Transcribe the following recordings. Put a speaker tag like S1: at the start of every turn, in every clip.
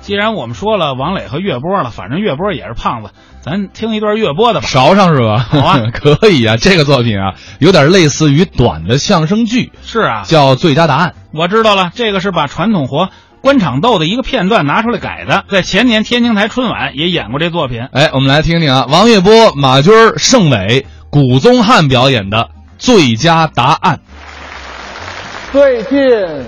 S1: 既然我们说了王磊和岳波了，反正岳波也是胖子，咱听一段岳波的吧。
S2: 勺上是吧？
S1: 好啊
S2: 可以啊。这个作品啊，有点类似于短的相声剧，
S1: 是啊，
S2: 叫《最佳答案
S1: 我知道了，这个是把传统活官场斗的一个片段拿出来改的，在前年天津台春晚也演过这作品》。。
S2: 哎，我们来听听啊，王月波、马军、盛伟、古宗汉表演的《最佳答案》。
S3: 最近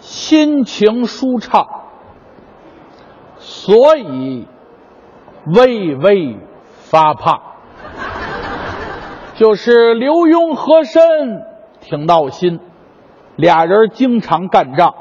S3: 心情舒畅，所以微微发胖，就是刘墉和珅挺闹心，俩人经常干仗。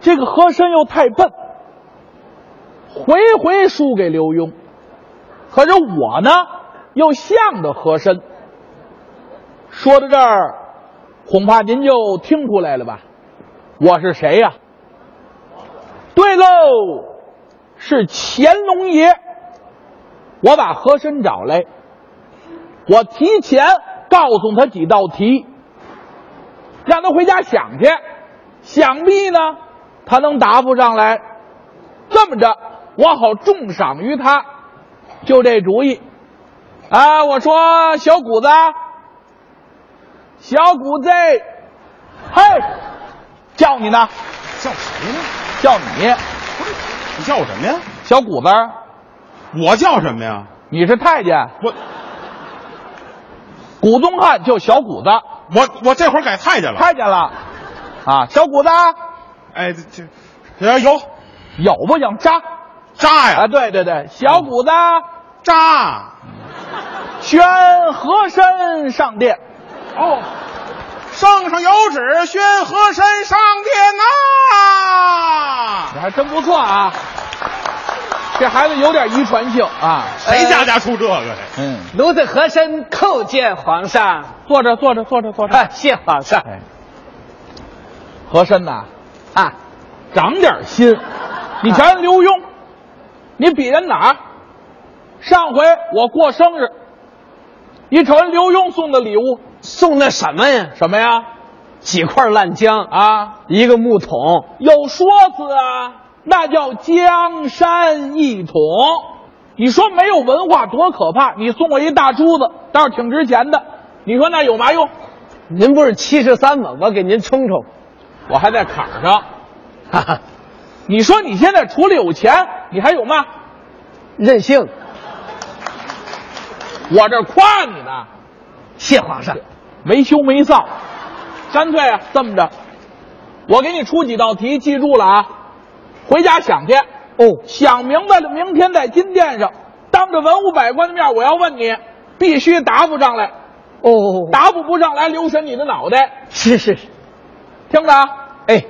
S3: 这个和珅又太笨，回回输给刘墉，可是我呢又向着和珅。说到这儿，恐怕您就听出来了吧？我是谁呀、对喽，是乾隆爷。我把和珅找来，我提前告诉他几道题，让他回家想去，想必呢他能答复上来。这么着，我好重赏于他。就这主意，啊，我说小谷子。啊小谷子，嘿，叫你呢，
S4: 叫谁呢？
S3: 叫你，
S4: 你叫我什么呀？
S3: 小谷子，
S4: 我叫什么呀？
S3: 你是太监，
S4: 我
S3: 古宗汉就小谷子，
S4: 我我这会儿改太监了。
S3: 太监了，啊，小谷子
S4: 哎，这这哎有
S3: 有不行扎
S4: 渣
S3: 啊，
S4: 哎呀，
S3: 对对对，小谷子
S4: 渣。
S3: 宣和珅上殿，
S4: 哦，圣上有旨，宣和珅上殿呐、
S3: 你还真不错啊，这孩子有点遗传性啊，
S4: 谁家家出这个呀？
S3: 嗯，
S5: 奴子和珅叩见皇上。
S3: 坐着坐着坐着坐着，
S5: 啊，谢皇上
S3: 哎，和珅呐。
S5: 啊！
S3: 长点心。你瞧人刘墉，你比人哪儿？上回我过生日，你瞅人刘墉送的礼物
S5: 送那什么呀？
S3: 什么呀？
S5: 几块烂姜啊，
S3: 啊，
S5: 一个木桶。
S3: 有说辞啊，那叫江山一统。你说没有文化多可怕？你送我一大珠子，倒是挺值钱的。你说那有嘛用？
S5: 您不是七十三吗？我给您冲冲。
S3: 我还在坎儿上。
S5: 哈哈，
S3: 你说你现在除了有钱，你还有嘛？
S5: 任性。
S3: 我这夸你呢。
S5: 谢皇上。
S3: 没羞没臊。干脆啊，这么着，我给你出几道题，记住了啊，回家想去。哦，想明白了，明天在金殿上，当着文武百官的面，我要问你，必须答复上来，
S5: 哦，
S3: 答复不上来，留神你的脑袋，
S5: 是是是。
S3: 听着啊。
S5: 哎，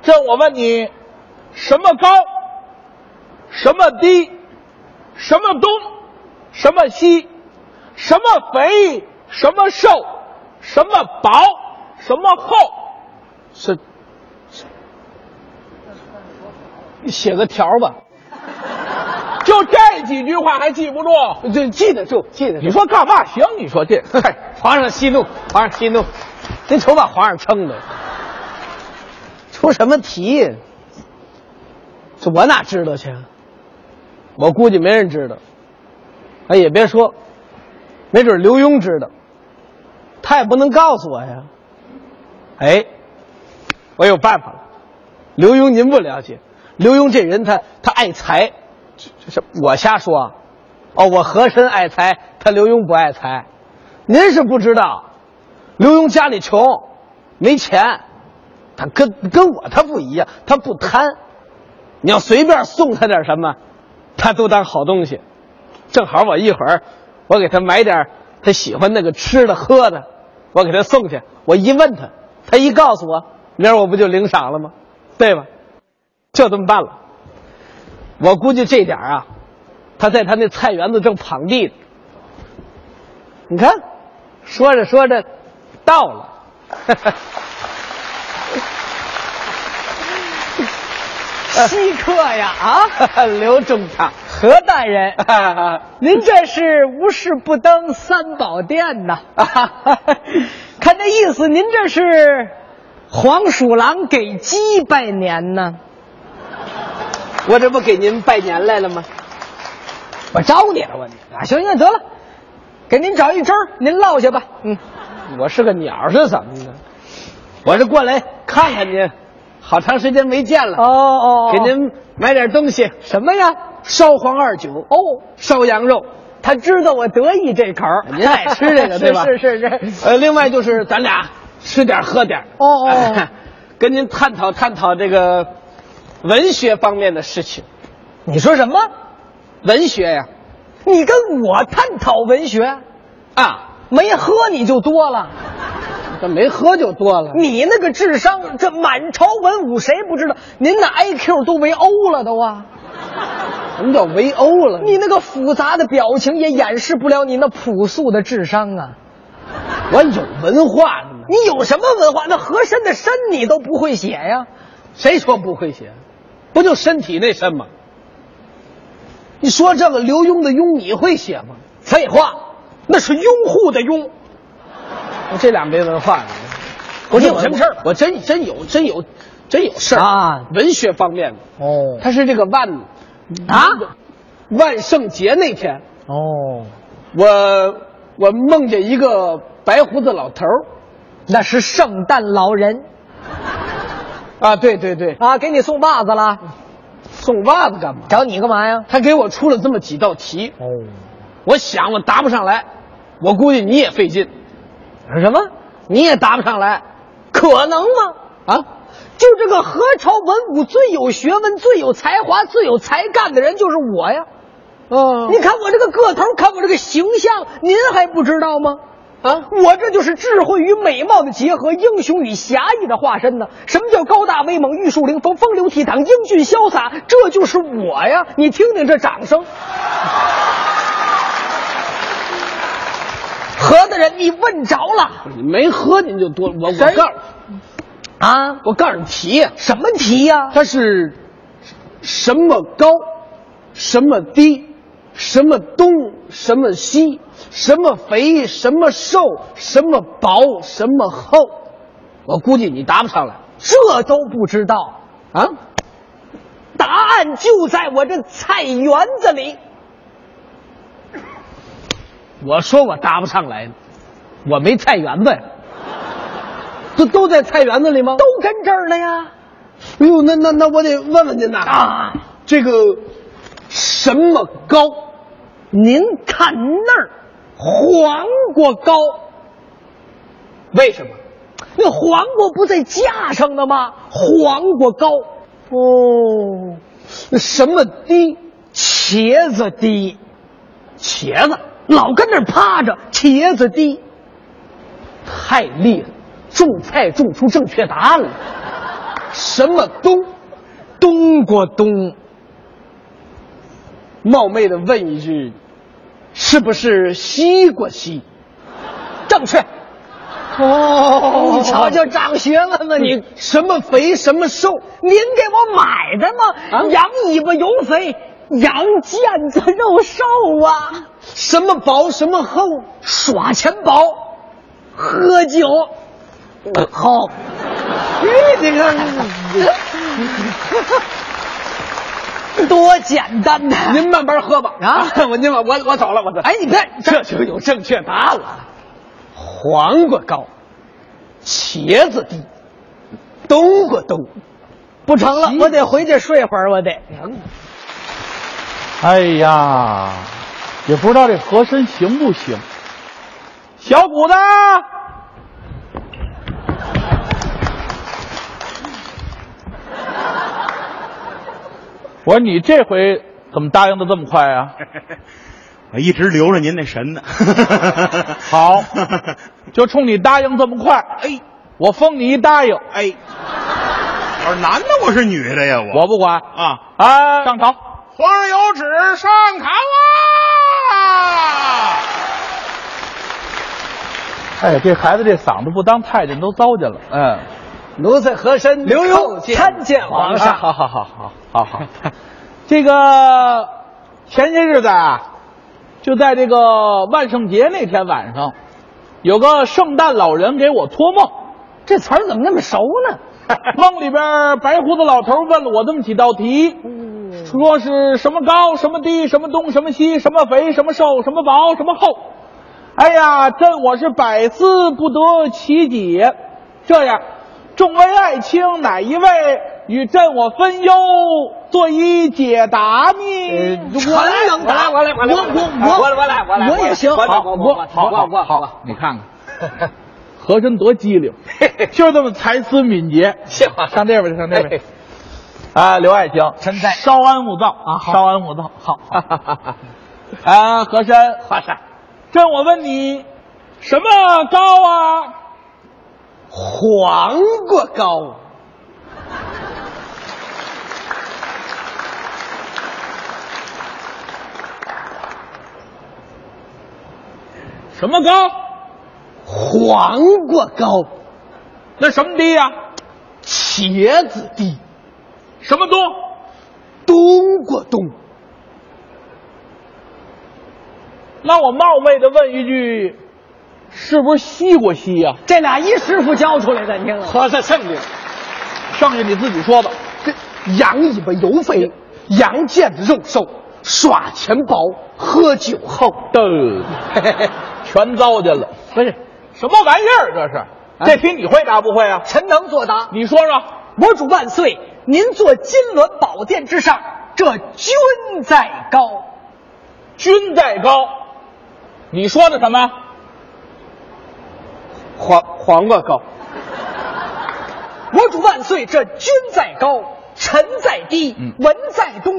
S3: 这我问你，什么高，什么低，什么东，什么西，什么肥，什么瘦，什么薄，什么厚，
S5: 是。你写个条 吧，
S3: 就这几句话还记不住？
S5: 这记得住，记得住。
S3: 你说干嘛行？你说 这，嗨，
S5: 皇上息怒，皇上息怒，您瞅把皇上撑的，出什么题呀？这我哪知道去啊？我估计没人知道。哎，也别说，没准刘墉知道，他也不能告诉我呀。哎，我有办法了。刘墉您不了解，刘墉这人他他爱财，这这是我瞎说啊。哦，我和珅爱财，他刘墉不爱财。您是不知道，刘墉家里穷，没钱，他跟跟我他不一样，他不贪。你要随便送他点什么，他都当好东西。正好我一会儿，我给他买点他喜欢那个吃的喝的，我给他送去。我一问他，他一告诉我，明儿我不就领赏了吗？对吧？就这么办了。我估计这点儿啊，他在他那菜园子正滂地呢。你看，说着说着，到了。
S6: 稀客呀啊！
S5: 刘中 堂，
S6: 何大人，您这是无事不登 三宝殿呐！看这意思，您这是黄鼠狼给鸡拜年呢。
S3: 我这不给您拜年来了吗？
S6: 我招你了，我你啊，行行得了，给您找一针儿，您落下吧。嗯，
S3: 我是个鸟是怎么的？我是过来看看您，好长时间没见了，
S6: 哦哦，哦
S3: 给您买点东西，
S6: 什么呀？
S3: 烧黄二酒，
S6: 哦，
S3: 烧羊肉。
S6: 他知道我得意这口儿，
S3: 您爱吃 这个对吧
S6: 是是是是，
S3: 呃，另外就是咱俩吃点儿喝点儿
S6: 哦哦
S3: 哎 跟您探讨探讨这个文学方面的事情。
S6: 你说什么？
S3: 文学呀、
S6: 你跟我探讨文学，
S3: 啊，
S6: 没喝你就多了。
S3: 这没喝就多了。
S6: 你那个智商，这满朝文武谁不知道？您那 IQ 都为欧了都啊！
S3: 什么叫围殴了？
S6: 你那个复杂的表情也掩饰不了你那朴素的智商啊！
S3: 我有文化呢吗？
S6: 你有什么文化？那和珅的“身”你都不会写呀、
S3: 谁说不会写？不就身体那身吗？你说这个刘墉的墉你会写吗？
S6: 废话，那是拥护的拥。
S3: 我这俩没文化呢。
S6: 不是有什么事儿
S3: 我真真有真有真有事儿
S6: 啊
S3: 文学方面的，
S6: 哦
S3: 他是这个万
S6: 啊
S3: 万圣节那天，
S6: 哦，
S3: 我我梦见一个白胡子老头儿
S6: 那是圣诞老人
S3: 啊，对对对，
S6: 啊，给你送袜子了，
S3: 送袜子干嘛？
S6: 找你干嘛呀？
S3: 他给我出了这么几道题，
S6: 哦，
S3: 我想我答不上来，我估计你也费劲，
S6: 什么？
S3: 你也答不上来
S6: 可能吗？
S3: 啊？
S6: 就这个何朝文武最有学问、最有才华、最有才干的人就是我呀！
S3: 哦
S6: 你看我这个个头，看我这个形象，您还不知道吗？
S3: 啊，
S6: 我这就是智慧与美貌的结合，英雄与侠义的化身呢。什么叫高大威猛、玉树临风、风流倜傥、英俊潇洒？这就是我呀！你听听这掌声。何大人，你问着了
S3: 你没喝您就多，我我
S6: 谁
S3: 告诉
S6: 啊？
S3: 我告诉你题呀、
S6: 什么题呀、
S3: 它是什么高，什么低，什么东，什么西，什么肥，什么瘦，什么薄，什么厚，我估计你答不上来
S6: 这都不知道，
S3: 啊。
S6: 答案就在我这菜园子里。
S3: 我说我答不上来呢，我没菜园子呀，这都在菜园子里吗？
S6: 都跟这儿了呀。
S3: 哎呦，那那那我得问问您呐，
S6: 啊，
S3: 这个什么高？
S6: 您看那儿，黄瓜高，
S3: 为什么？
S6: 那黄瓜不在架上呢吗？黄瓜高，哦，
S3: 那什么低？
S6: 茄子低，
S3: 茄子
S6: 老跟那儿趴着，茄子低，
S3: 太厉害了，种菜种出正确答案了。什么冬？
S6: 冬瓜冬，
S3: 冒昧的问一句，是不是西瓜西？
S6: 正确。
S3: 哦嗯
S6: 你瞧就长学问吧你
S3: 你。什么肥什么瘦？
S6: 您给我买的吗？
S3: 啊
S6: 羊尾巴油肥，羊腱子肉瘦啊，
S3: 什么薄什么厚？
S6: 耍钱薄，喝酒，
S3: 你
S6: 好、
S3: 看，
S6: 多简单呐、
S3: 您慢慢喝吧。
S6: 啊
S3: 我您我我我走了，我走。
S6: 哎，你看
S3: 这就有正确答案了。黄瓜高，茄子低，冬瓜冬。
S6: 不成了，我得回去睡会儿，我得。
S1: 哎呀，也不知道这和珅行不行。小谷子，我说你这回怎么答应的这么快啊？
S7: 我一直留着您那神呢。
S1: 好， 就冲你答应这么快，哎，我封你一答应，
S7: 哎，我是男的，我是女的呀？我
S1: 我不管
S7: 啊，
S1: 啊，上朝。
S4: 皇上有旨，上堂啊！
S1: 哎，这孩子这嗓子不当太监都糟践了，嗯。
S3: 奴才和珅
S6: 刘墉
S3: 叩见
S6: 参见皇上
S1: 好好好好好好，这个前些日子啊，就在这个万圣节那天晚上，有个圣诞老人给我托梦，
S6: 这词儿怎么那么熟呢？
S1: 梦里边白胡子老头问了我这么几道题，说是什么高什么低什么东什么西什么肥什么瘦什么薄什么厚。哎呀，朕我是百思不得其解。这样，众位爱卿哪一位与朕我分忧做一解答呢？
S6: 全能打，
S3: 我来我来我来
S6: 我
S3: 我来我来我来
S6: 我也行，
S3: 我来
S6: 好
S3: 我我好我我好，
S1: 你看看，和珅多机灵，就这么才思敏捷。
S3: 谢皇上
S1: 上这边去，上这边去。啊，刘爱卿，
S3: 臣在
S1: 稍安勿躁啊，稍安勿躁。好，啊，和珅，
S3: 华山
S1: 朕我问你，什么高啊？
S3: 黄瓜糕，
S1: 什么高？
S3: 黄瓜糕，
S1: 那什么低啊呀、
S3: 茄子地，
S1: 什么东？
S3: 冬瓜冬，
S1: 那我冒昧的问一句，是不是西瓜西呀、
S6: 这俩一师傅教出来的，你听了吗？
S3: 和尚圣明，
S1: 剩下你自己说吧。
S3: 这羊尾巴油肥，羊腱子肉瘦，耍钱薄，喝酒厚。
S1: 的，全糟践了。
S3: 不是，
S1: 什么玩意儿？这是？这题你会答不会啊？
S6: 臣能作答。
S1: 你说说。
S6: 我主万岁！您坐金銮宝殿之上，这君在高。
S1: 君在高，你说的什么？
S3: 黄黄瓜糕，
S6: 我主万岁！这君在高，臣在低，文在东，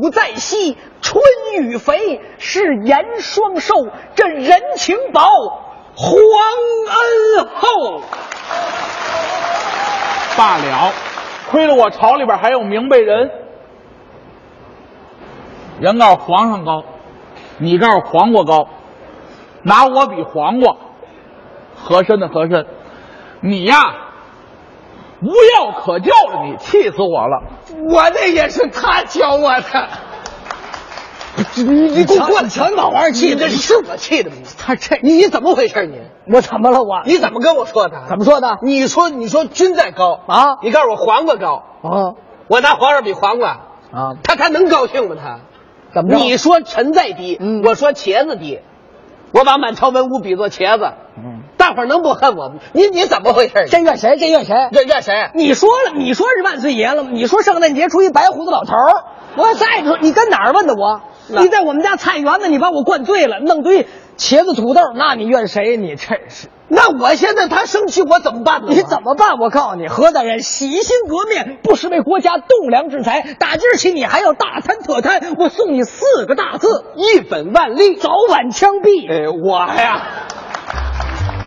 S6: 武在西，春雨肥，是言双收。这人情薄，皇恩厚。
S1: 罢了，亏了我朝里边还有明白人。人告诉皇上高，你告诉黄瓜高，拿我比黄瓜，和珅的和珅，你呀，无药可救了你，气死我了！
S3: 我那也是他教我的。你你给我过来，全把玩气的，你是我气的吗？他这你你怎么回事？你
S6: 我怎么了我？
S3: 你怎么跟我说的？
S6: 怎么说的？
S3: 你说你说君在高
S6: 啊
S3: 你告诉我黄瓜高，
S6: 啊
S3: 我拿皇上比黄瓜，
S6: 啊！
S3: 他他能高兴吗？他
S6: 怎么着？
S3: 你说臣在低，
S6: 嗯
S3: 我说茄子低，我把满朝文武比作茄子，大伙儿能不恨我吗？你你怎么回事？
S6: 这怨嗯谁？这怨谁？
S3: 怨怨谁？
S6: 你说了，你说是万岁爷了吗？你说圣诞节出一白胡子老头儿，我再说你跟哪儿问的我？
S3: 那
S6: 你在我们家菜园子，你把我灌醉了，弄堆茄子土豆，那你怨谁？你真是，
S3: 那我现在他生气，我怎么办呢？
S6: 你怎么办？我告诉你，何大人洗心革面，不失为国家栋梁之才。打今儿起，你还要大贪特贪，我送你四个大字：
S3: 一本万利？
S6: 早晚枪毙。
S3: 哎，我呀，